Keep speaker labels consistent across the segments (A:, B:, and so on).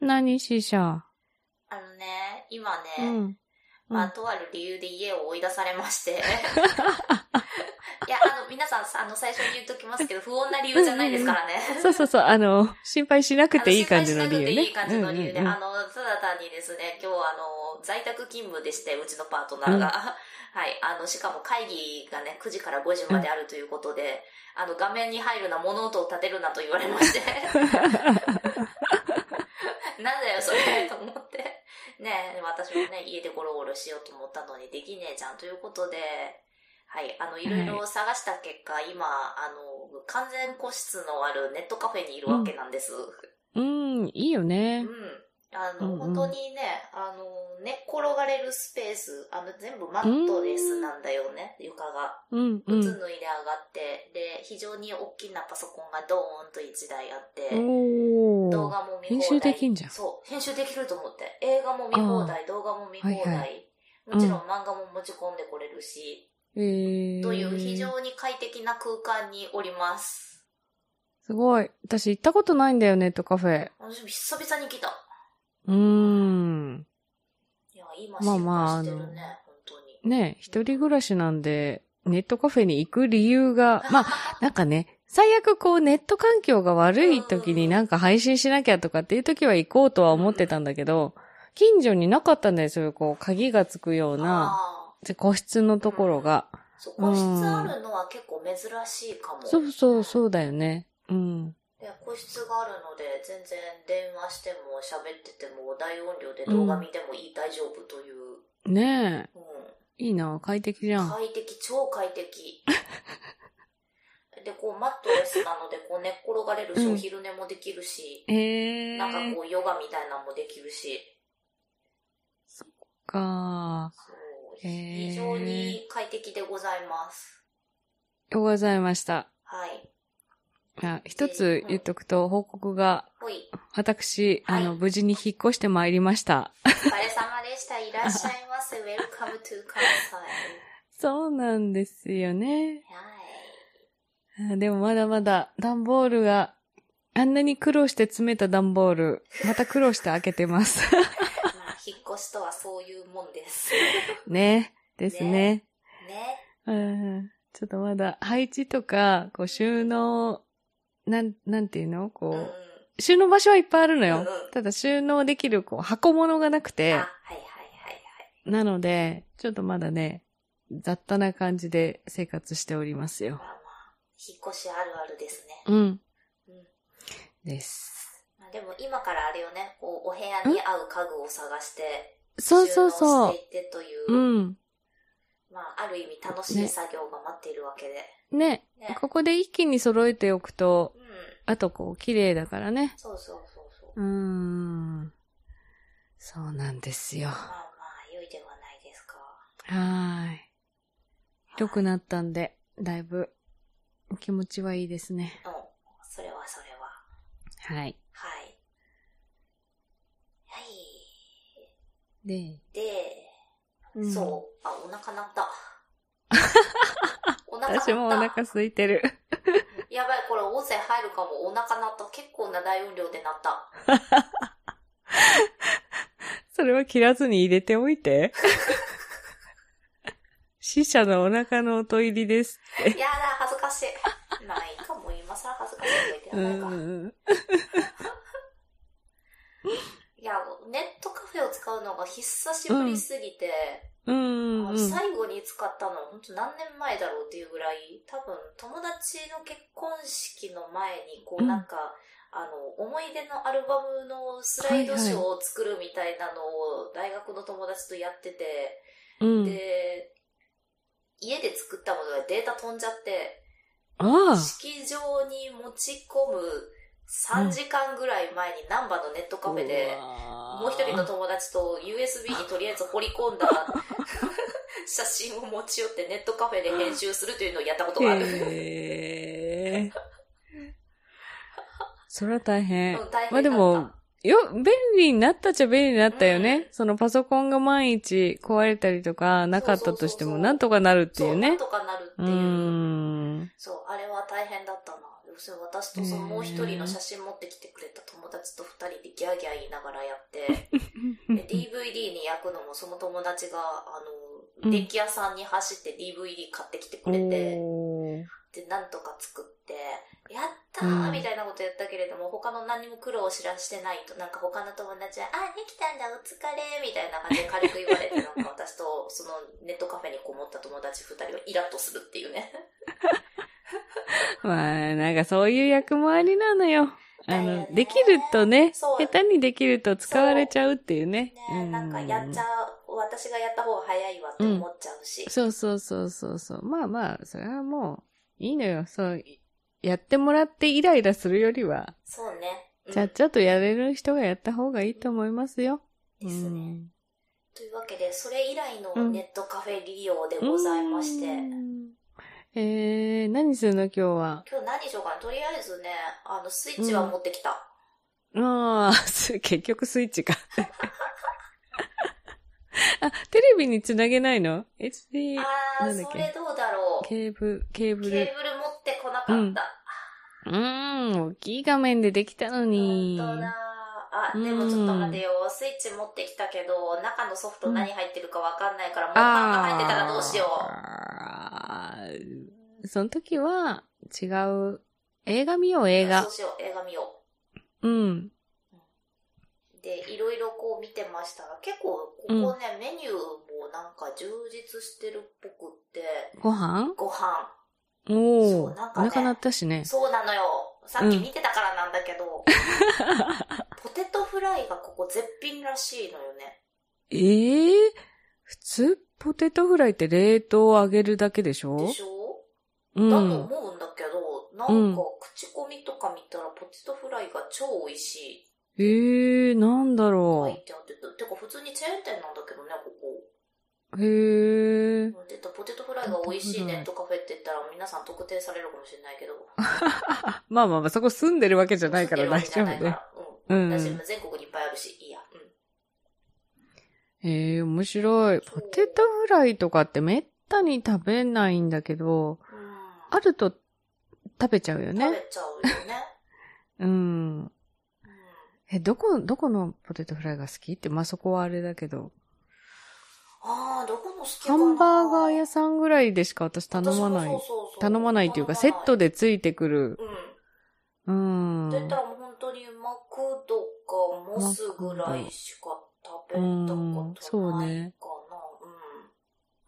A: 何死者
B: あのね、今ね、
A: うん。
B: ま
A: う
B: あ、
A: ん
B: とある理由で家を追い出されま して。いや、あの、皆さん、あの、最初に言っときますけど、不穏な理由じゃないですからね。
A: そうそうそう、あの、心配しなくていい感じの理由
B: あ
A: ね。
B: の心配しなくていい感じの理由で、
A: うんうんうん
B: あの、ただ単にですね、今日はあの、在宅勤務でして、うちのパートナーが、 はい、あの、しかも会議がね、9時から5時まであるということで、あの、画面に入るな、物音を立てるなと言われま して。なんだよ、それ、と思って。ねえ、私もね、家でゴロゴロしようと思ったのにできねえじゃんということで、はい、あの、いろいろ探した結果、今、あの、完全個室のあるネットカフェにいるわけなんです。
A: うん、いいよ
B: う
A: ね
B: ん。。あの、
A: うんう
B: 本
A: ん
B: 当にね、あの、寝っ転がれるスペース、あの、全部マットレスなんだよね、床が。
A: うん、う
B: 靴脱いで
A: ん。
B: 上がって、で、非常に大きなパソコンがドーンと1台あって、
A: お
B: 動
A: ー。
B: 画も見放題。
A: 編集できんじゃん
B: そう、編集できると思って。映画も見放題、動画も見放題。
A: はいは
B: もちろん漫画も持ち込んでこれるし、
A: えー。
B: という非常に快適な空間におります。
A: すごい。私行ったことないんだよね、ネットカフェ。
B: 私も久々に来た。
A: うーん。
B: いや、今
A: まあ
B: 進
A: まあ
B: 化してるね、
A: あの
B: 本当に。
A: ねえ一人暮らしなんで、ネットカフェに行く理 由が、まあ、なんかね、最悪こうネット環境が悪い時になんか配信しなきゃとかっていう時は行こうとは思ってたんだけど、近所になかったんだよ、そういうこう鍵がつくような、
B: あ
A: で個室のところが。
B: あ、そう個室あるのは結構珍しいかも。
A: そうそう、そうだよね。うん。
B: で個室があるので、全然電話しても喋ってても大音量で動画見てもいい、大丈夫という。
A: ね
B: うん
A: え、いいな、快適じゃん。
B: 快適、超快適。で、こう、マットレスなので、こう、寝っ転がれるし、
A: うん
B: お昼寝もできるし、
A: ええ
B: なんか
A: ー、
B: こう、ヨガみたいなのもできるし、
A: か
B: そう、
A: へー
B: 非常に快適でございます。
A: ようございました。
B: はい。
A: あ一つ言っとくと報告が、
B: ほい、
A: 私、あ
B: は
A: の、
B: い
A: 無事に引っ越してまいりました。
B: お疲れ様でした。いらっしゃいませ。Welcome to 関西。は
A: そうなんですよね。
B: い。
A: あでもまだまだ段ボールが、あんなに苦労して詰めた段ボール、また苦労して開けてます。
B: まあ、引っ越しとはそういうもんです。
A: ね。ですね。
B: ね。
A: うんちょっとまだ配置とか、こう収納、なん、なんていうの
B: うん。
A: こう、収納場所はいっぱいあるの
B: う
A: よ
B: んうん。
A: ただ収納できる、こう、箱物がな
B: あ、
A: く
B: はい
A: て
B: はい、はい
A: なので、ちょっとまだね、雑多な感じで生活しております
B: はい。ま
A: よ
B: あ。まあ、引っ越しあるあるですね。
A: うん。
B: うん
A: です。
B: まあでも今からあれよね、こうお部屋に合う家具を探して、
A: そうそう
B: 収納
A: そ。
B: していってというう、
A: うん。
B: まあある意味楽しい
A: ね
B: 作業が待っているわけで。
A: ね。
B: ね。
A: ここで一気に揃えておくと、
B: うん。
A: あとこう、綺麗だからね。
B: そうそうそうそう。
A: うーん。そうなんですよ。
B: まあまあ、良いではないですか。
A: はーい。広くなったんで、だいぶ気持ちはいいですね。
B: うん。それはそれは。
A: はい。
B: はい。はい。
A: で、
B: で、
A: うん
B: そう。あ、お腹鳴 った。お腹鳴った。
A: 私もお腹空いてる。
B: やばい、これ音声入るかも。お腹鳴った。結構な大音量で鳴った。
A: それは切らずに入れておい て。死者のお腹の音入りです。
B: やだ、恥ずかしい。まあいいかも、今更恥ずかしいこと
A: う
B: 言ってやばいか。
A: ん。
B: いや、ネットカフェを使うのが久しぶりすぎて、あ
A: うんう
B: の
A: ん。
B: 最後に使ったの、本当何年前だろうっていうぐらい、多分友達の結婚式の前に、こ
A: う
B: う、
A: ん
B: なんか、あの、思い出のアルバムのスライドショーを作るみたいなのを大学の友達とやってて、
A: うん。
B: で、家で作ったものがデータ飛んじゃって、
A: ああ。
B: 式場に持ち込む3時間ぐらい前に難波のネットカフェで、もう一人の友達と USB にとりあえず掘り込 んだ写真を持ち寄ってネットカフェで編集するというのをやったことがある。
A: へーそれは大変。
B: うん大変だった
A: まあでも、よ、便利になったっちゃ便利になった
B: う
A: よ
B: ん
A: ね。そのパソコンが毎日壊れたりとかなかったとし
B: そ
A: て
B: うそうそうそ
A: も、
B: う
A: なんとかなるって
B: そ、
A: いうう
B: なん
A: ね。
B: とかなるって
A: う
B: いう。
A: ーん。
B: そう、あれは大変だったな。それ私とそのもう一人の写真持ってきてくれた友達と二人でギャーギャー言いながらやって、で DVD に焼くのもその友達が、あ
A: うん
B: の、電気屋さんに走って DVD 買ってきてくれて、
A: おー
B: で、なんとか作って、やった
A: う
B: ー
A: ん
B: みたいなことやったけれども、他の何も苦労を知らしてないと、なんか他の友達は、あ、できたんだ、お疲れみたいな感じで軽く言わ れて、なんか私とそのネットカフェにこもった友達二人はイラッとするっていう ね。
A: まあ、なんかそういう役回りなのよ。あ
B: だよね
A: の、できるとね、
B: そう
A: 下手にできると使われちゃうっていうね
B: ね。え、なんかやっちゃう、私がやった方が早いわって思っちゃうし。
A: そうそうそうそうそう。まあまあ、それはもう、いいのよ。そう、やってもらってイライラするよりは、
B: そうね。うん
A: ちゃっちゃとやれる人がやった方がいいと思いますよ。
B: で
A: う
B: すね。
A: ん
B: というわけで、それ以来
A: う
B: の
A: ん
B: ネットカフェ利用でございまして、
A: うんえー、何するの今日は。
B: 今日何しようかな。とりあえずね、あの、スイッチは持ってきた。
A: ああ、す 結局スイッチか。あ、テレビにつなげないの ?HD
B: あ
A: な
B: ー、
A: んだっ
B: そ
A: け
B: れどうだろう。ケ
A: ケーブル、ケー
B: ーブ
A: ブ
B: ル
A: ル。
B: 持ってこなか
A: うん
B: った。
A: うーん、大きい画面でできたの
B: 本
A: に。
B: 当だ。あ、でもちょっと待てよ。スイッチ持ってきたけど、中のソフト何入ってるかわかんないから、もう缶が入ってたらどうしよう。
A: あーその時は、違う。映画見よう、映
B: そ
A: 画
B: う。しよう。映画見よう。
A: うん。
B: で、いろいろこう見てましたら、結構ここね、メニューもなんか充実してるっぽくって、
A: ご飯
B: ご飯。
A: お
B: そう
A: お、
B: なんか
A: お
B: ね
A: 腹鳴ったしね。
B: そうなのよ。さっき見てたからなんだけど、ポテトフライがここ絶品らしいのよね。
A: ええ普通、ポテトフライって冷凍揚げるだけでしょ
B: でしょ、
A: う
B: だと
A: ん。
B: 思うんだけど、なんか口コミとか見たらポテトフライが超美味しいって
A: ええなんだ
B: 書
A: ろ
B: いてあって、てか普通にチェーン店なんだけどね、ここ。
A: う。へえ。
B: でポテトフライが美味しいネットカフェって言ったら皆さん特定されるかもしれないけど。
A: まあまあまあ、そこ住んでるわけじゃないから
B: そう
A: 大丈夫ね。。
B: う。
A: うんん
B: 私も全国にいっぱいあるし、いいや。う
A: ええ面白い。
B: そう
A: ポテトフライとかってめったに食べないんだけど、
B: ん。うん、
A: あると食べちゃうよ
B: 食
A: ね。
B: べちゃうよね。
A: うん。
B: うん
A: え、どこ、どこのポテトフライが好きって、まあ、そこはあれだけど。
B: ああ、どこの好きか
A: ハ
B: な
A: ンバーガー屋さんぐらいでしか私頼まな
B: 私も
A: い。
B: そうそうそう
A: 頼まないっていうか、セット
B: で。
A: でついてくる。
B: う。
A: うんん。
B: と言ったらもう本当にマクドかモスぐらいしか食べたことないかな。
A: うんそううんね。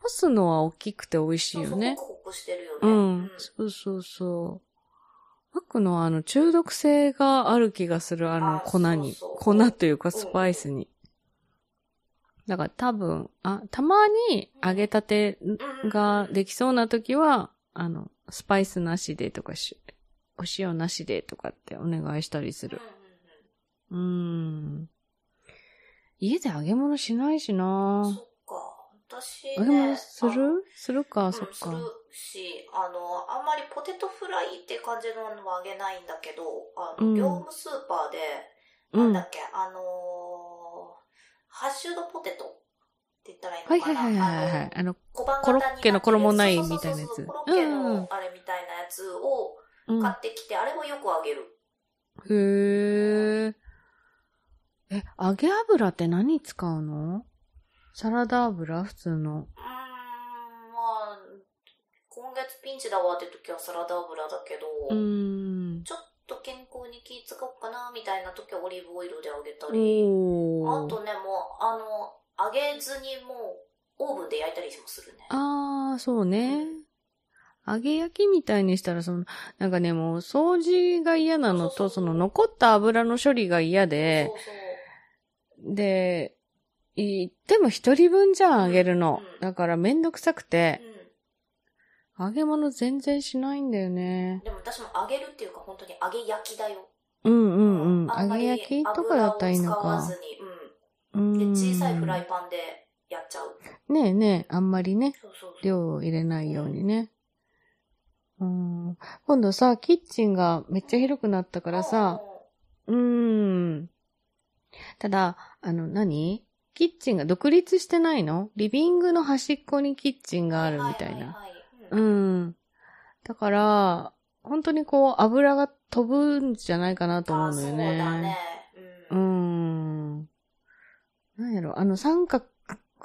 A: 干すのは大きくて美味し
B: そ
A: いうよ
B: そう、
A: ね
B: ホ。クホクしてるよね。
A: うん。そうそうそう。マックのあの中毒性がある気がする、あの
B: あ
A: 粉に。
B: そうそう
A: 粉というかスパイスに。だから多分、あ、たまに揚げたて
B: うん
A: ができそうな時は、あの、スパイスなしでとかし、お塩なしでとかってお願いしたりする。
B: うんうん
A: うーん。家で揚げ物しないし
B: うん
A: な
B: そっか。私、ね、
A: 揚げ物す
B: あの
A: るするか、
B: うん、
A: そっ
B: す
A: か。
B: るし、あの、あんまりポテトフライって感じのはあげないんだけど、あの、
A: うん
B: 業務スーパーで、
A: う
B: なんだ
A: ん。
B: っけ、あのーハッシュドポテトって言ったらいい
A: はい
B: のか
A: はい
B: な。
A: はいはいはい。
B: あ
A: あの、
B: の小判
A: コロ
B: 型になって
A: ッケの衣ない
B: そうそうそうそう
A: みたいなやつ
B: コロッケ
A: うん
B: の
A: うん
B: あれみたいなやつを
A: うん。
B: 買ってきて、あれもよくあげる。
A: へえ。え、揚げ油って何使うのサラダ油普通の。
B: うーん、まあ、今月ピンチだわって時はサラダ油だけど、
A: うーん。
B: ちょっと健康に気使おうかなみたいな時はオリーブオイルで揚げたり、あ
A: おー。
B: とね、もう、あの、揚げずにもう、オーブンで焼いたりもするね。
A: あー、そうね。揚げ焼きみたいにしたら、その、なんかね、もう掃除が嫌な
B: そ
A: の
B: うそう
A: と、その残った油の処理が嫌で
B: そ、うそう。
A: で、いでも一人分じゃん揚げるの
B: うん。
A: だからめんどくさくて、
B: う
A: 揚げ物全然しないんだよね
B: ん。。でも私も揚げるっていうか、本当に揚げ焼きだよ。
A: うんうんうん。
B: あんま
A: 揚
B: り
A: げ焼きとかだったらいいの
B: 油を
A: か
B: 使。わずに、
A: う
B: うん。
A: ん。
B: で、小さいフライパンでやっちゃう。
A: ねえねえ、あんまりね、
B: そうそうそう。
A: 量を入れないようにね。うん。今度さ、キッチンがめっちゃ広くなったからさ、うん。ただ、あの、何キッチンが独立してないのリビングの端っこにキッチンがあるみたい
B: は
A: な。
B: ははは
A: う
B: うん。
A: ん。だから、本当にこう、油が飛ぶんじゃないかなと思うのよね。
B: あそうだね。
A: うーん。なんやろ、あの、三角、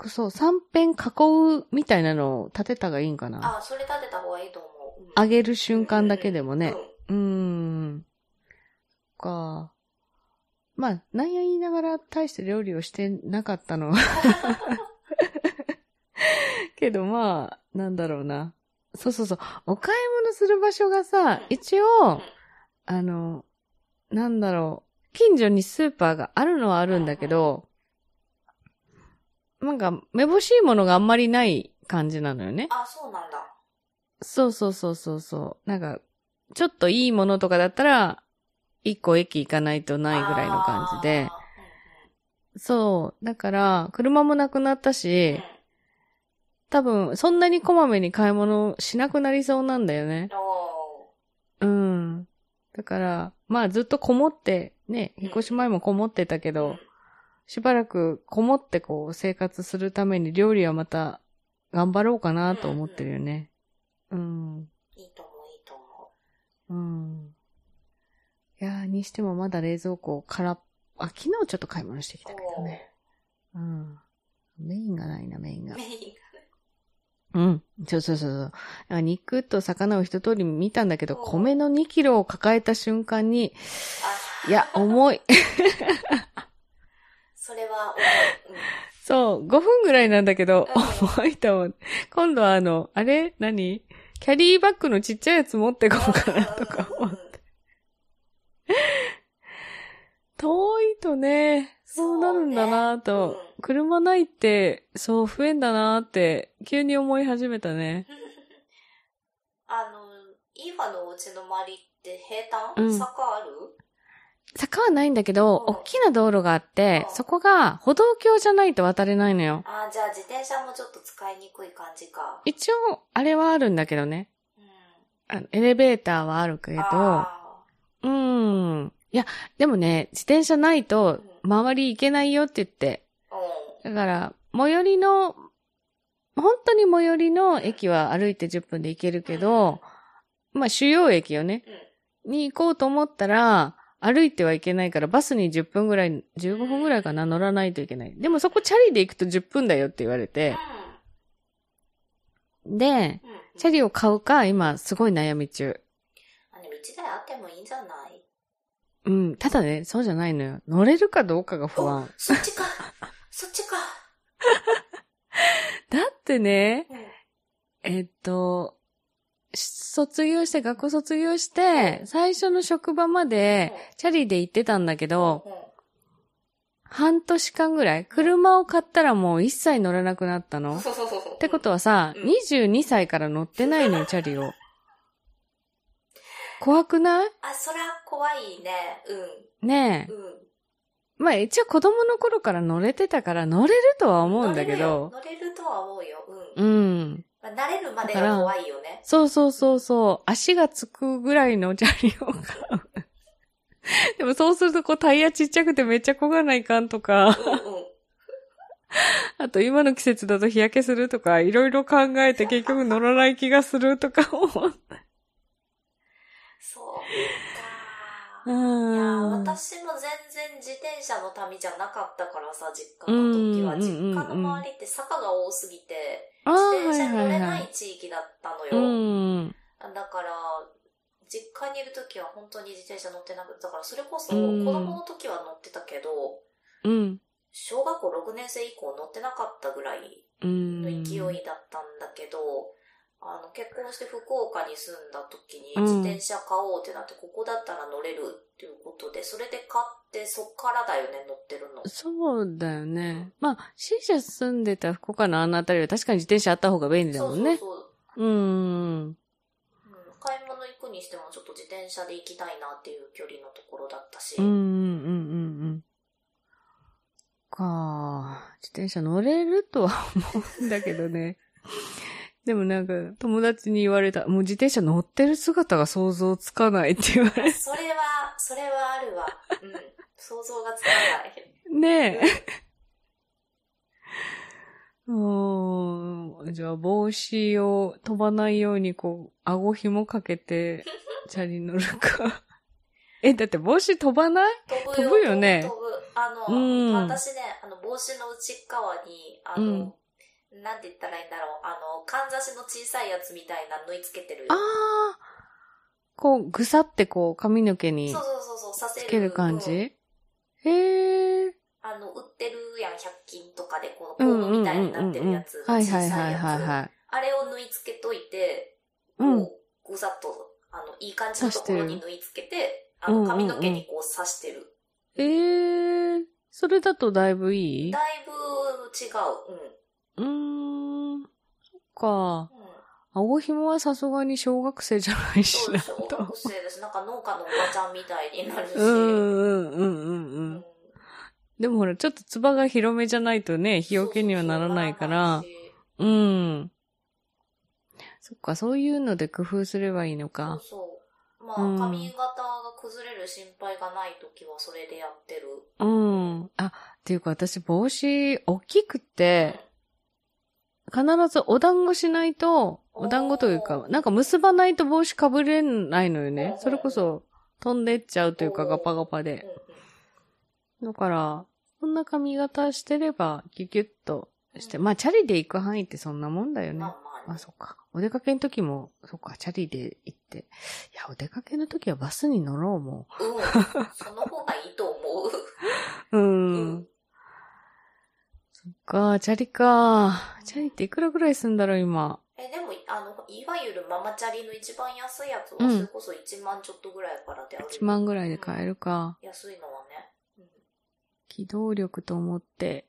A: そう、三辺囲うみたいなのを立てたがいいんかな。
B: あ、それ立てた方がいいと思う。うん
A: 上げる瞬間だけでもね。
B: うん
A: うーん。か。まあ、なんや言いながら大して料理をしてなかったのは けどまあ、なんだろうな。そうそうそう。お買い物する場所がさ
B: うん、
A: 一応、あの、なんだろう。近所にスーパーがあるのはあるんだけど、なんか、めぼしいものがあんまりない感じなのよね。
B: あ、そうなんだ。
A: そうそうそうそうそう。なんか、ちょっといいものとかだったら、一個駅行かないとないぐらいの感じで。
B: あ
A: そう。だから、車もなくなっ
B: ー。う
A: た
B: ん
A: し
B: うん、
A: 多分、そんなにこまめに買い物しなくなりそうなんだよね。
B: お
A: うん。だから、まあずっとこもって、ね、引っ越し前もこもってたけ
B: ー
A: ど、しばらくこもってこう生活するために料理はまた頑張ろうかなと思ってるよね。うん。
B: いいと思う、いいと思う。
A: うん。いやー、にしてもまだ冷蔵庫空っ、あ、昨日ちょっと買い物してきたけどね。 うん。メインがないな、メイン
B: お
A: が
B: ー。メイン
A: うん。そうそうそうそう。だから肉と魚を一通り見たんだけど、
B: お
A: 米の2キロを抱えた瞬間に、いや、重い。
B: それは思う、うん
A: そう、5分ぐらいなんだけど、
B: うん
A: 重いと思う。今度はあの、あれ何キャリーバッグのちっちゃいやつ持ってこうかなと か思う。遠いとね、そうなるんだなぁと、
B: そうねう
A: 車ないって、そう増えんだなぁって、急に思い始めたね。
B: あの、イーファのお家の周りって平坦、
A: うん
B: 坂ある
A: 坂はないんだけど、
B: うん
A: 大きな道路があって、
B: うん
A: そこが歩道橋じゃないと渡れないのよ。
B: あーじゃあ自転車もちょっと使いにくい感じか。
A: 一応、あれはあるんだけどね。
B: うん。
A: あのエレベーターはあるけど、
B: あ
A: うーん。いや、でもね、自転車ないと、周り行けないよって言って、
B: ーうん
A: だから、最寄りの、本当に最寄りの駅は歩いて10分で行けるけど、まあ主要駅よね。に行こうと思ったら、歩いてはいけないからバスに10分ぐらい、15分ぐらいかな乗らないといけない。でもそこチャリで行くと10分だよって言われて、で、
B: うん。うん。
A: チャリを買うか今すごい悩み中。
B: あの一台あってもいいんじゃない
A: うん、ただね、そうじゃないのよ。乗れるかどうかが不安。
B: そっちか そっちか
A: だってね、
B: うん。
A: えっと、卒業して、学校卒業して、最初の職場まで、チャリで行ってたんだけど、
B: うんうん
A: 半年間ぐらい、車を買ったらもう一切乗らなくなったの。っ
B: そうそうそうそう。
A: てことはさ、
B: うん
A: 22歳から乗ってないのよ、チャリを。怖くない
B: あ、そら怖いね。
A: ね
B: う
A: え。
B: ん。うん。
A: まあ一応子供の頃から乗れてたから乗れるとは思うんだけど。
B: 乗れるよ乗れるとは思うよ。う。
A: うんん。
B: まあ、慣れるまでが怖いよね。
A: そうそうそうそう。足がつくぐらいのチャリを買う。でもそうするとこうタイヤちっちゃくてめっちゃ焦がないかんとか、
B: うんうん。
A: あと今の季節だと日焼けするとか、いろいろ考えて結局乗らない気がするとか思う。
B: そう
A: う
B: か。いやー、
A: ん。
B: 私も全然自転車の旅じゃなかったからさ、実家の時は。
A: うんうん
B: 実
A: うんうん
B: 家の周りって坂が多すぎて、
A: あ
B: 自
A: ー
B: 転車に乗れ
A: は
B: ないい地域だったのよ。
A: うん。
B: だから、実家にいる時は本当に自転車乗ってなくて、だからそれこそ子
A: うん
B: 供の時は乗ってたけど、
A: うん。
B: 小学校6年生以降乗ってなかったぐらい
A: うん。
B: の勢いだったんだけど、あの結婚して福岡に住んだ時に
A: うん
B: 自転車買おうってなって、ここだったら乗れるっていうことで、それで買ってそっからだよね、乗ってるの。
A: そうだよね。まあ、C 社住んでた福岡のあのあたりは確かに自転車あった方が便利だ
B: そ
A: も
B: うんそう
A: ね。
B: そう。
A: うん。
B: うん、買い物行くにしてもちょっと自転車で行きたいなっていう距離のところだったし。
A: うんうんうんうんうん。かあ自転車乗れるとは思うんだけど ね。でもなんか、友達に言われた、もう自転車乗ってる姿が想像つかないって言われ
B: それは、それはあるわ。うん。想像がつかない。
A: ねえ。うーん。じゃあ、帽子を飛ばないように、こう、顎紐かけて、チャリ乗る か。え、だって帽子飛ばない
B: 飛ぶ
A: 飛ぶよね
B: 飛ぶ。あの、
A: うん
B: 私ね、あの、帽子の内側に、あの、なんて言ったらいいんだろう、あの、かんざしの小さいやつみたいな縫い付けてる。
A: ああ、こう、ぐさってこう、髪の毛に
B: そうそうそうそう、させ
A: つ
B: る。
A: ける感
B: うん
A: じへえ。
B: あの、売ってるやん、100均とかで、こ
A: う
B: のコ
A: ん
B: ー
A: うんう
B: ド
A: ん
B: み
A: う
B: たいに
A: ん
B: なってる
A: う
B: や
A: ん
B: つ。。
A: はいはいはいはい
B: い。
A: はい。
B: あれを縫い付けといて、
A: うん。
B: こう、ぐさっと、あの、いい感じのところに
A: 刺してる
B: 縫い付けて、あの、髪の毛
A: うんうんうん
B: にこう刺してる。
A: ええ、それだとだいぶいい
B: だいぶ違う。
A: うーん。そっか。
B: うん。うん
A: 青紐はさすがに小学生じゃないし
B: そう
A: な
B: ですよ。
A: と思
B: 学生です。なんか農家のおばちゃんみたいになるし。
A: う。うんうんうんうんう。
B: うん
A: でもほら、ちょっとつばが広めじゃないとね、日よけにはならないから。うん。そっか、そういうので工夫すればいいの
B: そう
A: か。
B: そう。まあ、
A: うん
B: 髪型が崩れる心配がないときはそれでやってる。
A: うん。あ、っていうか私帽子大きくて、必ずお団子しないと、お団子というか
B: お、ー
A: なんか結ばないと帽子かぶれないの
B: う
A: よ
B: んうん
A: ね
B: う。ん
A: それこそ飛んでっちゃうというか
B: おー
A: ガパガパ
B: うん
A: で。だから、そんな髪型してればギュギュッとして、
B: うん
A: まあチャリで行く範囲ってそんなもんだよ
B: うん。
A: ね。
B: まあまあ、
A: あ、そっか。お出かけの時も、そっか、チャリで行って。いや、お出かけの時はバスに乗ろうも
B: うん。その方がいいと思う。
A: う。う。
B: うん
A: ん、。そっか、チャリか。チャリっていくらぐらいすんだろう、今。
B: え、でも、あの、いわゆるママチャリの一番安いやつ
A: う
B: は、
A: ん
B: それこそ1万ちょっとぐらいからである。
A: 1万ぐらいで買えるか。
B: 安いのはね。うん
A: 機動力と思って。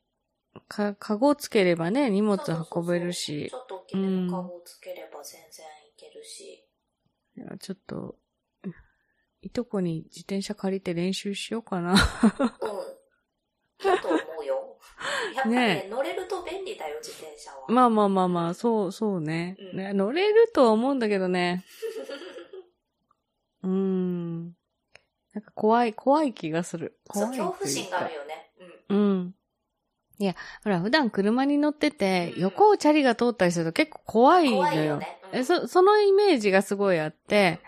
A: か、カゴつければね、荷物運べるし。
B: そうそうそうちょっと大きめのカゴをつければ全然いけるし。
A: いやちょっと、いとこに自転車借りて練習しようかな。
B: うん。だと思うよ。やっぱりね
A: ね
B: 乗れると便利だよ、自転車は。
A: まあまあまあまあ、そう、そうね。
B: うん
A: ね乗れるとは思うんだけどね。 うーん。なんか怖い、怖い気がする。
B: そう、
A: 怖い
B: 恐怖心があ
A: と
B: る
A: いうか
B: よね。うん。
A: うん。いや、ほら、普段車に乗ってて、
B: うん
A: 横をチャリが通ったりすると結構怖いのよ。
B: 怖いよね。うん
A: えそ、そのイメージがすごいあって、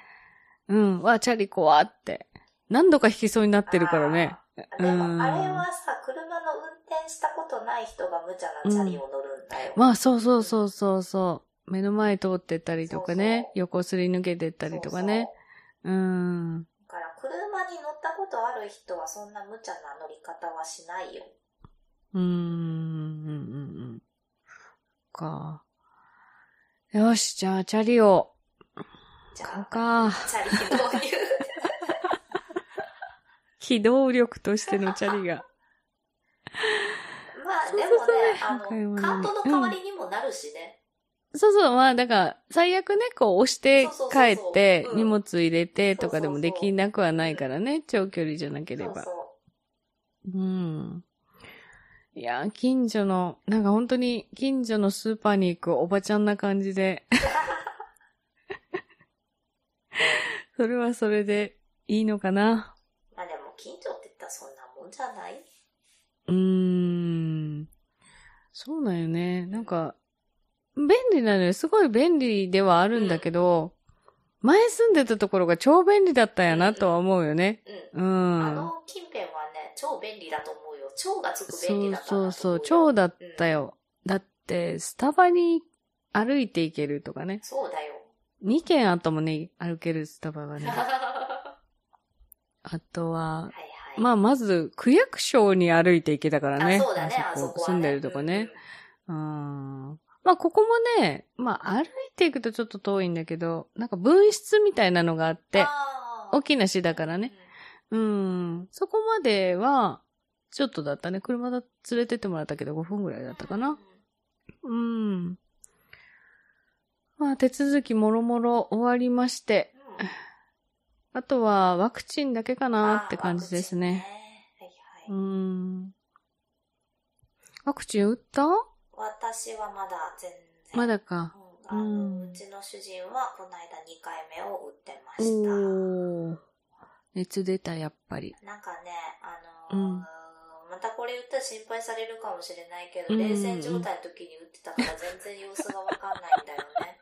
A: うん、わ、チャリ怖って。何度か引きそうになってるからね。
B: あーで
A: う
B: も、
A: ん
B: あれはさ、車の運転したことない人が無茶なチャリを乗るんだよ。
A: まあ、そうそうそうそうそう。目の前通ってったりとかね、
B: そうそう
A: 横すり抜けてったりとかね。うーん。
B: そうそう。だから、車に乗ったことある人はそんな無茶な乗り方はしないよ。
A: うーん、うん、うんうん。か。よし、じゃあ、チャリを
B: じゃ
A: 買おう
B: あ、
A: か。
B: チャリ導入。
A: 機動力としてのチャリが。
B: まあ、
A: そう
B: で
A: そう
B: も
A: そう
B: ね、あ
A: 今回は
B: の、
A: ね
B: カートの代わりにもなるしね。
A: そうそう、まあ、だから、最悪ね、こう、押して
B: そうそうそうそう
A: 帰って、
B: うん
A: 荷物入れてとかで
B: そ
A: も
B: うそう
A: で
B: そう
A: きなくはないからね、長距離じゃなけれ
B: そう
A: ば。
B: そう。
A: うん。いやー、近所の、なんか本当に近所のスーパーに行くおばちゃんな感 じで、それはそれでいいのかな。
B: まあでも近所って言ったらそんなもんじゃないう
A: ーん。そうなんよね。なんか、便利なのよ。すごい便利ではあるんだけど、前住んでたところが超便利だったんやなとは思うよね。
B: う。
A: うん
B: あ
A: ん。
B: の近辺はね、超便利だと思うよ。超がつく便
A: そ
B: 利
A: う
B: だからと思
A: そうう
B: よ。
A: そう、超だった
B: うん。
A: よ。だって、スタバに歩いて行けるとかね。
B: そう だよ。
A: 2軒あったもんね、歩けるスタ バがね。
B: は
A: あとは、
B: いはい。
A: ま
B: あ、
A: あ、まず、区役所に歩いて行けたからね。
B: そうだね、あそこは、ね。
A: 住んでるとこね。うん。まあ、ここもね、まあ、歩いていくとちょっと遠いんだけど、なんか分室みたいなのがあ
B: うん。
A: って、
B: あー
A: 大きな市だからね。。うん。そこまでは、ちょっとだったね。車だ、連れてってもらったけど、5分ぐらいだったか
B: うん
A: な。うん。まあ、手続きもろもろ終わりまして、あとはワクチンだけか
B: うん
A: なって感じですね。。
B: あーワクチ
A: う
B: ンねはいはい。
A: ーん。ワクチン打った
B: 私はまだ全然。
A: まだか。
B: うん。あ
A: うん
B: の、うちの主人はこの間2回目を打ってま
A: お
B: した。
A: ー。熱出た、やっぱり。
B: なんかね、あのー
A: うん
B: またこれ言ったら心配されるかもしれないけ
A: う
B: ど、
A: んうんうん
B: 冷戦状態の時に打ってたから全然様子がわかんないんだよね。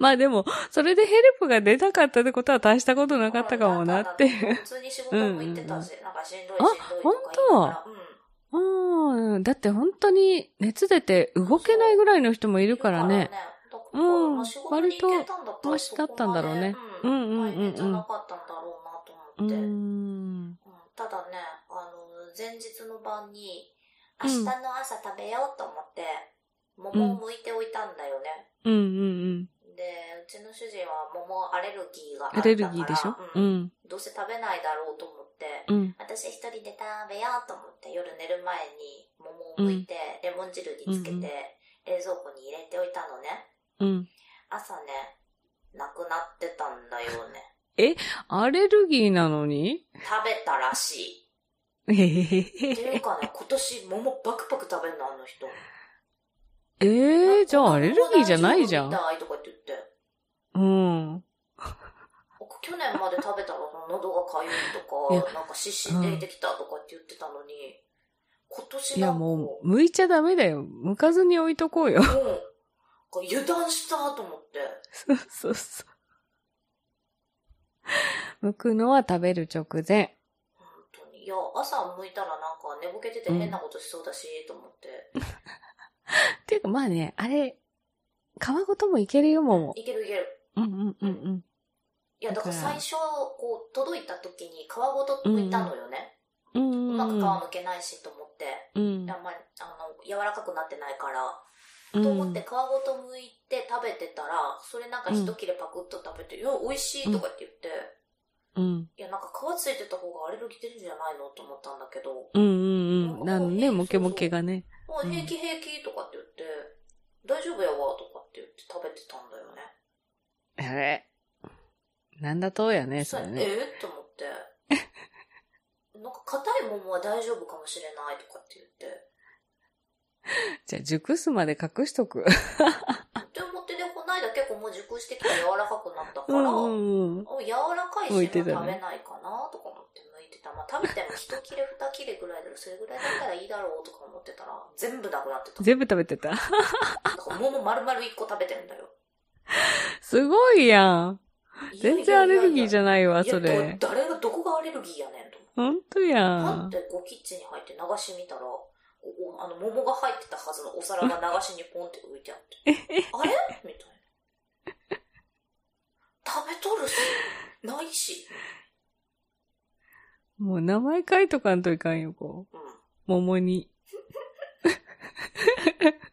A: まあでも、それでヘルプが出なかったってことは大したことなかったかもなっていう。
B: 普通に仕事も行ってたし、なんかしんどいしんどいと
A: あ
B: か言いながらうん。
A: うん。だって本当に熱出て動けないぐらいの人もい
B: い
A: るからね。。
B: だから
A: うん
B: まあ仕事に行けたんだったら
A: 割とマシだったんだろうね
B: そこまで
A: うんうんうんうん
B: 大変じゃなかったんだろ
A: う
B: うなと思って。うん
A: ん。
B: ただね、あの、前日の晩に、明日の朝食べようと思って、桃を剥いておいたんだよね。
A: うんうんうん。
B: で、うちの主人は桃アレルギーがあった
A: ア
B: から
A: レルギーでしょう
B: うん
A: ん。
B: どうせ食べないだろうと思って、
A: うん。
B: 私一人で食べようと思って夜寝る前に桃を剥いて、レモン汁につけ
A: うんうん
B: て冷蔵庫に入れておいたのね。
A: うん。
B: 朝ね、なくなってたんだよ ね。
A: アレルギーなのに
B: 食べたらし
A: えへ
B: い。ってい
A: へ
B: うかね、今年桃バクバク食べんの、あの人。
A: えー、じゃあアレルギーじゃないじゃん
B: 桃。の味を見たいとか言って言って。
A: うん。
B: 僕去年まで食べたら喉が痒い
A: い
B: と
A: や
B: か、なんか湿疹出てきたとかって言ってたのに、今年
A: い
B: な
A: や
B: んか
A: もう、剥いちゃダメだよ。剥かずに置いとこうよ。
B: もう、油断したと思って。
A: そうそうそう。剥くのは食べる直前。
B: 本当に。いや、朝向いたらなんか寝ぼけてて変なことしそうだし、と思って。
A: っていうかまあね、あれ、皮ごともいけるよ、もも。
B: いけるいける。
A: うんうんうんうん。
B: いや、だから
A: だから
B: 最初、こう、届いた時に皮ごと剥いたのよね。
A: うん
B: う
A: うん
B: まく皮
A: うん。
B: むけないしと思って。
A: うん
B: あんまり、あの、柔らかくなってないから。
A: うん
B: と思って皮ごと剥いて食べてたら、それなんか一切れパクッと食べて、いや、美味しいとかって言って。
A: うん
B: いや、なんか皮ついてた方がアレルギー出るんじゃないのと思ったんだけど。
A: うんうんうん。なんのね、
B: うん
A: モケモケがね。
B: あ、
A: うん
B: 平気平気とかって言って、大丈夫やわとかって言って食べてたんだよね。
A: あれ。なんだとやね、
B: そ
A: そ
B: う
A: れ
B: や
A: ね。
B: えー、と思って。 なんか硬い桃は大丈夫かもしれないとかって言って。
A: じゃあ、熟すまで隠しとく。
B: って思ってで、この間結構もう熟してきて柔らかくなったか
A: う
B: ら、
A: んうんうん。
B: お柔らかいし、も
A: 向
B: う
A: いて
B: 食べ
A: たね
B: ないかなとか思って剥いてた。まあ食べても一切れ二切れぐらいだろ、それぐらいだったらいいだろうとか思ってたら、全部なくなってた。
A: 全部食べてた。
B: だから桃丸々一個食べてんだよ。
A: すごいやん。全然アレルギーじ
B: ゃ
A: ゃないわ、
B: いや
A: そ
B: いやいやいや
A: れ。
B: ど誰が、どこがアレルギーやねんと思って。
A: ほんとや
B: パっ
A: ん。
B: てこうキッチンに入って流し見たら、おおあの、桃が入ってたはずのお皿が流しにポンって浮いてあ って。あれみたいな。食べとるし、ないし。
A: もう名前書いとかんといかんよ、こ
B: うん。
A: う。桃に。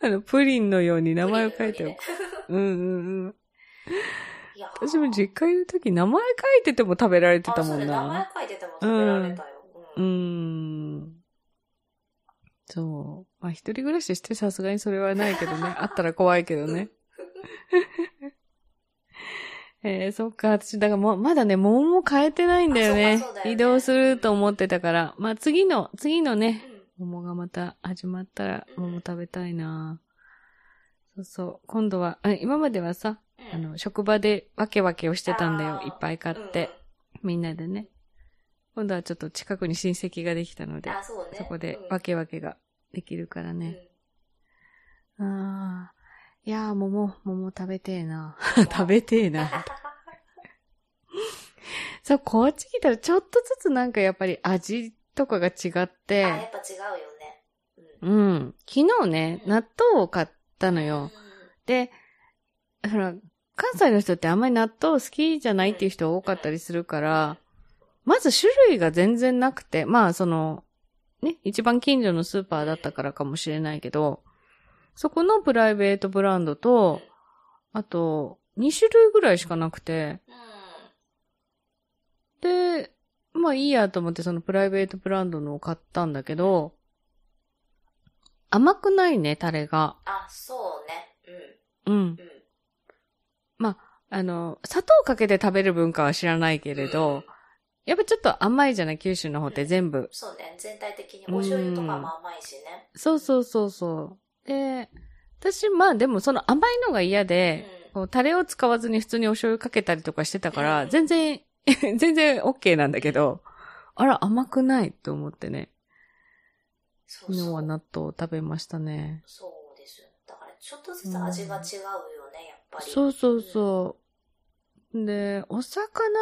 A: あの、プリンのように名前を書いてお
B: プ
A: く。
B: リンのよ
A: うんうんう
B: う
A: ん。
B: にね。いやー
A: 私も実家いるとき名前書いてても食べられてたも
B: あ
A: ん
B: そうだ
A: な。
B: 名前書いてても食べられたよ。
A: う
B: う
A: ー
B: ん。
A: ん。そう。まあ一人暮らししてさすがにそれはないけど ね。あったら怖いけどね。 えー、そっか。私、だからもう、まだね、桃も変えてないんだよ
B: あ
A: ね
B: そうかそうだよね
A: 移動すると思ってたから。まあ次の、次のね、
B: うん
A: 桃がまた始まったら、
B: うん
A: 桃食べたいなそうそう。今度は、あ今まではさ、
B: うん
A: あの、職場でわけわけをしてたんだよ
B: あ。ー
A: いっぱい買って、みんなでね。今度はちょっと近くに親戚ができたの
B: うん
A: で、
B: あ、そうね。
A: そこで
B: うん
A: わけわけができるから
B: うん
A: ね。ああ。いやー、桃、桃食べてえな。 食べて えな。そう、こっち来たらちょっとずつなんかやっぱり味とかが違っ
B: あ、
A: て、
B: やっぱ違うよね。うん
A: うん。昨日ね、納豆を買ったのよ。で、ほら、関西の人ってあんまり納豆好きじゃないっていう人多かったりするから、まず種類が全然なくて、まあその、ね、一番近所のスーパーだったからかもしれないけど、そこのプライベートブランドと、あと、2種類ぐらいしかなくて、
B: うん。
A: で、まあいいやと思ってそのプライベートブランドのを買ったんだけど、甘くないね、タレが。
B: あ、そうね。
A: うん。
B: うん。うん。
A: あの、砂糖かけて食べる文化は知らないけれど、やっぱちょっと甘いじゃない九州の方って全部。
B: そうね。全体的にお醤油とかも甘いしね。
A: そうそうそうそう。で、私、まあでもその甘いのが嫌
B: うん
A: で、。こうタレを使わずに普通にお醤油かけたりとかしてたか
B: う
A: ら、
B: ん
A: 全然、 全然 OK なんだけど、あら、甘くないと思ってね。
B: そう
A: 昨日
B: そ
A: は
B: う。
A: 納豆を食べましたね。
B: そうですよ。だからちょっとずつ味が違うよね、ぱり。
A: そうそうそう。で、お魚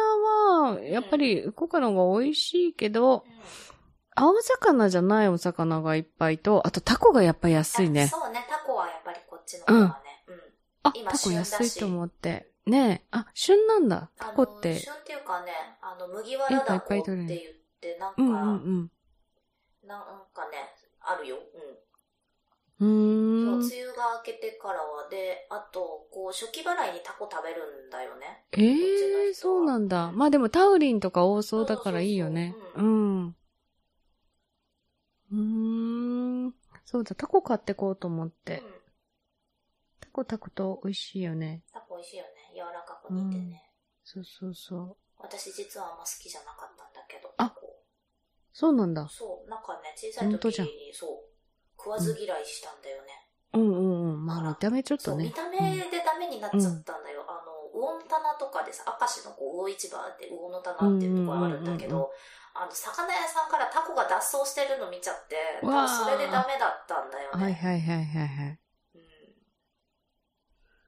A: は、やっぱり、ウコカの方が美味しいけど、
B: うん。
A: 青魚じゃないお魚がいっぱいと、あとタコがやっぱ安い
B: あ
A: ね。
B: そうね、タコはやっぱりこっちの方がね。うん。
A: あ、
B: 今
A: タコ安いと思っ
B: 旬だ
A: て。ねえ、あ、旬なんだ。タ
B: あ
A: コ
B: の
A: っ、て。
B: 旬っていうかね、あの、麦わらだこって言って、なんか、
A: うんうん
B: なんかね、あるよ。うん。
A: う
B: そう
A: ん。うーん
B: 梅。雨が明けてからは、で、あと、こう、初期払いにタコ食べるんだよね。
A: ええー、そうなんだ。まあでもタウリンとか多そうだからいいよね。
B: そううそ
A: ん。うーん。そうだ、タコ買ってこうと思っ
B: うん
A: て。。タコ炊くと美味しいよね。
B: タコ美味しいよね。柔らかく煮てね。
A: そうそうそう。
B: 私実はあんま好きじゃなかったんだけど。タ
A: あ
B: コ
A: そうなんだ。
B: そう、なんかね、小さい
A: 本当
B: 時
A: じゃん
B: に、そう、食わず嫌いしたんだよね。
A: うんうんうん。まあ見た目ちょっ
B: そう、
A: と
B: 見
A: ね。
B: た目でダメになっちゃったんだよ。あの、魚の棚とかでさ、明石のこう魚市場って魚の棚っていうところあるんだけ
A: うんうんうん
B: ど、あの、魚屋さんからタコが脱走してるの見ちゃって、多
A: わあ
B: 分それでダメだったんだよ
A: は
B: ね。
A: いはいはいはいはい。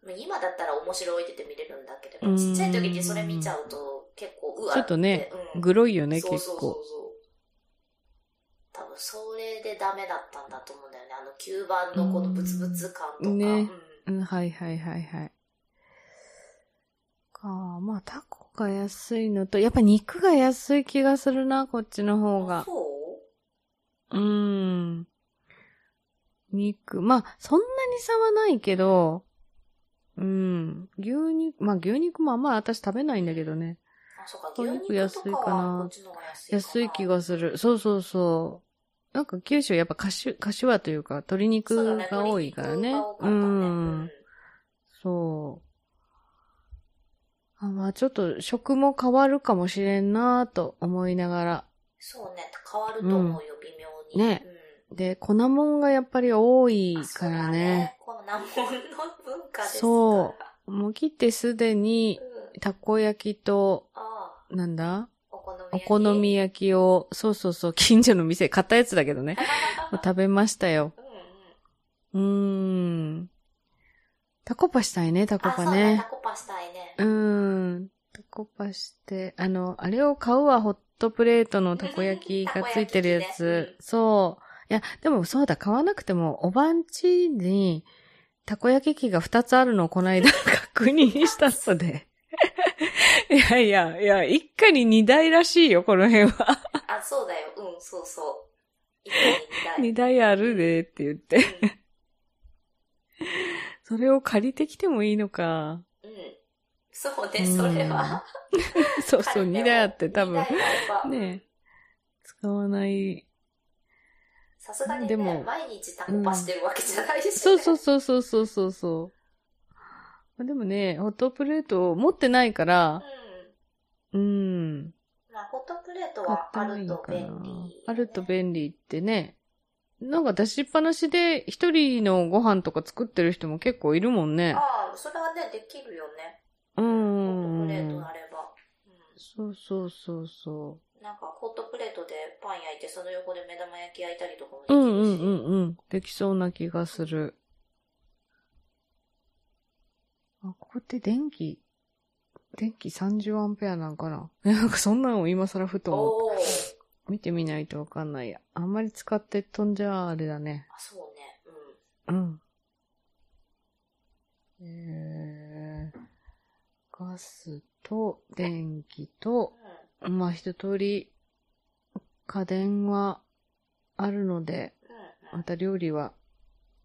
B: うん、今だったら面白いってて見れるんだけれ
A: う
B: ど、
A: ん
B: ちっちゃい時にそれ見ちゃうと結構、うわ
A: ちょっとね、
B: うん
A: グロいよね、
B: そう
A: 結
B: そうそうそ
A: 構。
B: う。多分それでダメだったんだと思うんだよね。あの吸盤のこのブツブツ感とか。
A: うんね
B: うん
A: うん、はいはいはいはい。かまあタコが安いのと、やっぱ肉が安い気がするな、こっちの方が。
B: そう
A: うーん。肉、まあ、そんなに差はないけど、うん。牛肉、まあ牛肉もあんまり私食べないんだけどね。
B: あ、そうか、
A: お
B: 牛
A: 肉
B: 肉とかはこっちの方が安いかな。
A: 安い気がする。そうそうそう。なんか九州やっぱカシュ、カシュワというか鶏
B: そうだ
A: 肉
B: ね
A: が多いから
B: 鶏
A: ね。
B: 肉が多かった
A: う
B: ね
A: ん。そう。あまあちょっと食も変わるかもしれんなぁと思いながら。
B: そうね、変わると思うよ、微妙に。
A: ね
B: うん。
A: で、粉もんがやっぱり多い
B: あ
A: か
B: そう
A: ら
B: だ
A: ね。。
B: この難問の文化ですから。
A: そもう切ってすでに
B: う、ん。
A: たこ焼きと、
B: ああ、
A: なんだ
B: お好み焼き。
A: お好み焼きを、そうそうそう、近所の店、買ったやつだ けどね。を食べましたよ。
B: うんうん。
A: うーん。タコパしたいね、タコ
B: あ、そう
A: パ
B: ね、
A: ね
B: タ。コパしたいね。
A: うーん。タコパして、あの、あれを買うわ、ホットプレートのたこ焼きがついてるや
B: たこ焼き
A: つ
B: ね。
A: そう。いや、でもそうだ、買わなくても、おばんちに、たこ焼き器が2つあるのをこの間確認したので。 いやいや、いや、一家に2台らしいよ、この辺は。
B: あ、そうだよ。うん、そうそう。一回
A: 2
B: 二台。
A: 台あるでって言って。それを借りてきてもいいのか。
B: うん。うんそうね、それは。
A: そ うそう、2台あって多分
B: 二。台あれば
A: ねえ使わない。
B: さすがに
A: で
B: ね、
A: も
B: 毎日タコパしてるわけじゃないし、ね
A: そうそうそうそうそうそうそう。でもね、ホットプレート持ってないか
B: うん
A: ら、。うん。
B: まあ、ホットプレート
A: 買っ
B: は
A: た
B: あ
A: らい
B: る
A: いの
B: と
A: か
B: 便利、
A: な。あると便利ってね。なんか出しっぱなしで一人のご飯とか作ってる人も結構いるもんね。
B: ああ、それはね、できるよね。
A: う
B: ホットプ
A: んうん
B: レ
A: う
B: ー
A: ん
B: ト。あれば。う
A: そうそうそうそ
B: ん。なんか、ホットプレートでパン焼いて、その横で目玉焼き焼いたりとかもで
A: う。
B: き
A: う
B: るし。
A: んうんうんうん。できそうな気がする。あ、ここって電気、電気30アンペアなんかな なんかそんなのを今更ふと思った
B: おお。
A: 見てみないとわかんないや。あんまり使って飛んじゃあれだね。
B: あ、そうね。うん。
A: うん。えー、ガスと電気と、
B: う
A: まあ一通り家電はあるので、
B: ん。うん。う
A: ま
B: ん。
A: た料理は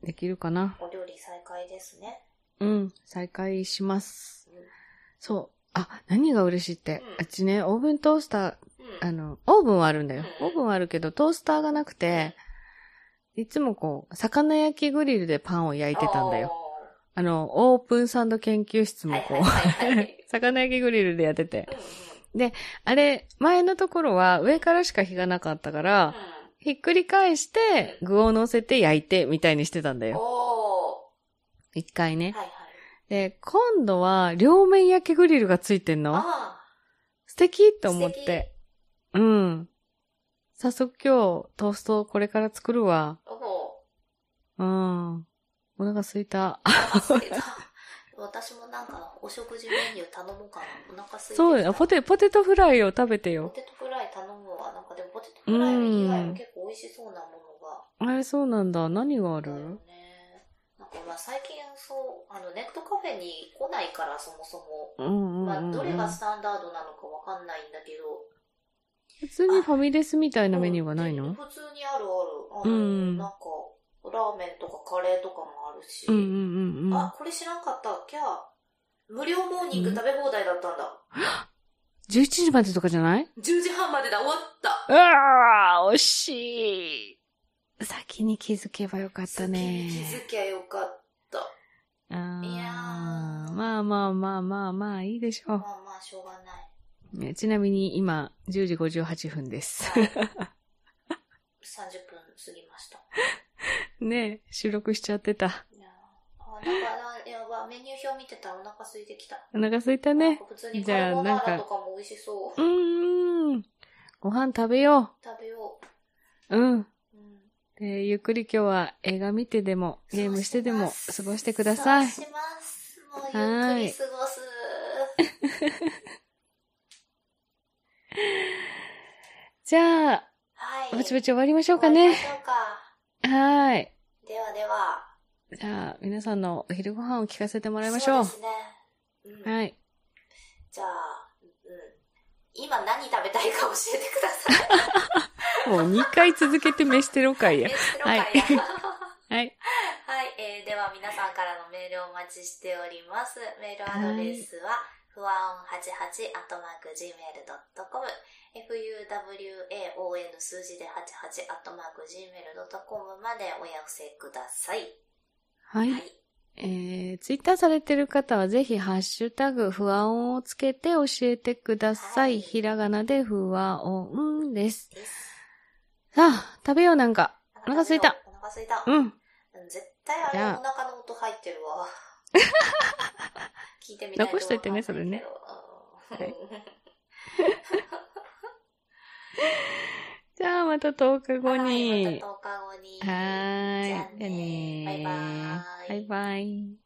A: できるかな。
B: お料理再開ですね。
A: うん、再開します。
B: う
A: そう。あ、何が嬉しいって。
B: うん
A: あっちね、オーブントースター、
B: ん。うん。
A: あの、オーブンはあるんだよ。
B: うん
A: オーブンはあるけど、トースターがなくて、いつもこう、魚焼きグリルでパンを焼いてたんだよ。あの、オープンサンド研究室
B: おー。
A: も
B: はい
A: こ、
B: はいうはいはい。
A: 魚焼きグリルでやってて
B: う。んうん
A: あれ、前のところは上からしか火がなかったから、ひっくり返して、具を乗せて焼いて、みたいにしてたんだ
B: うん。
A: よ。
B: お
A: 一回
B: ー。
A: ね。
B: はいはい。
A: で、今度は両面焼きグリルがついてんの
B: あ
A: 素敵
B: あ。
A: と思って。。うん。早速今日、トーストをこれから作るわ。
B: おお。
A: うん。お腹空いた。
B: あ、そうだ 私もなんか、お食事メニュー頼もうかな。お腹空いてきた。
A: そうだよ、ポ
B: ポテ
A: テ、ポテトフライを食べてよ。
B: トフライ頼むわ。なんかでもポテトフライ以外も結構美味しそうなものが。
A: あれ、そうなんだ。何があ
B: だよ
A: る
B: ね。なんかまあ最近そう、あの、ネットカフェに来ないからそもそも。
A: うんうんうん、うん
B: まあ、どれがスタンダードなのかわかんないんだけど、
A: 普通にファミレスみたいなメニューはないの、
B: 普通にあるある。あ
A: う
B: の
A: ん
B: なんか、ラーメンとかカレーとかもあるし。
A: うんうんうんうん。
B: あ、これ知らんかった。キャー。無料モーニング食べ放題だったんだ。
A: 11時までとかじゃない
B: 10時半までだ、終わった。
A: うわー、惜しい。先に気づけばよかったね。
B: 先に気づきゃよかった。
A: あー
B: いやー
A: まあまあまあまあまあ、いいでしょ
B: まあまあ、しょうがない。
A: う。ねちなみに今、10時58分です。
B: はい30分過ぎました。
A: ね収録しちゃってた。
B: いやーあ、なんかな、やば、メニュー表見てたらお腹空いてきた。
A: お腹空いたね。
B: 普通にカルボナーラとかも美味しそう
A: う。ーん。ご飯食べよ
B: 食べよ
A: う。うん。
B: う。うん
A: でゆっくり今日は映画見てでも、ゲームしてでも過ごしてください。
B: そうします。もうゆっくり過ごす。
A: じゃあ、
B: はい。
A: ぼちぼ
B: ち
A: ち終わりましょうかね。
B: しょうか。
A: はーい。
B: ではでは。
A: じゃあ、皆さんのお昼ご飯を聞かせても
B: も
A: らいましょう。
B: そうですね。うん、
A: はい。
B: じゃあ、うん。今何食べたいか教えてください。
A: もう2回続けて飯テロ会や
B: メ。スロ会だ
A: はい。
B: はい、えーでは皆さんからのメールをお待ちしております。メールアドレスは、ふわおん88、アットマーク、gmail.com、fuwaon 数字で88、アットマーク、gmail.com までお寄せください。
A: は。
B: はい
A: えー、ツイッターされてる方はぜひ、ハッシュタグ、不和音をつけて教えてくださ
B: はい
A: い。ひらがなで不和音です。
B: です。
A: さあ、食べようなんか。お腹すいた。
B: お腹すいた。
A: うん。
B: うん絶対あ
A: じ
B: れ
A: ゃあ
B: お腹の音入ってる わ。聞いてみたい
A: 残しといてね
B: わかんないけど。
A: それ ね
B: うん
A: じゃあ、また10日後
B: はい
A: に。
B: また10日後に。
A: はーい。
B: じゃあねバイバーイ
A: バイバイ。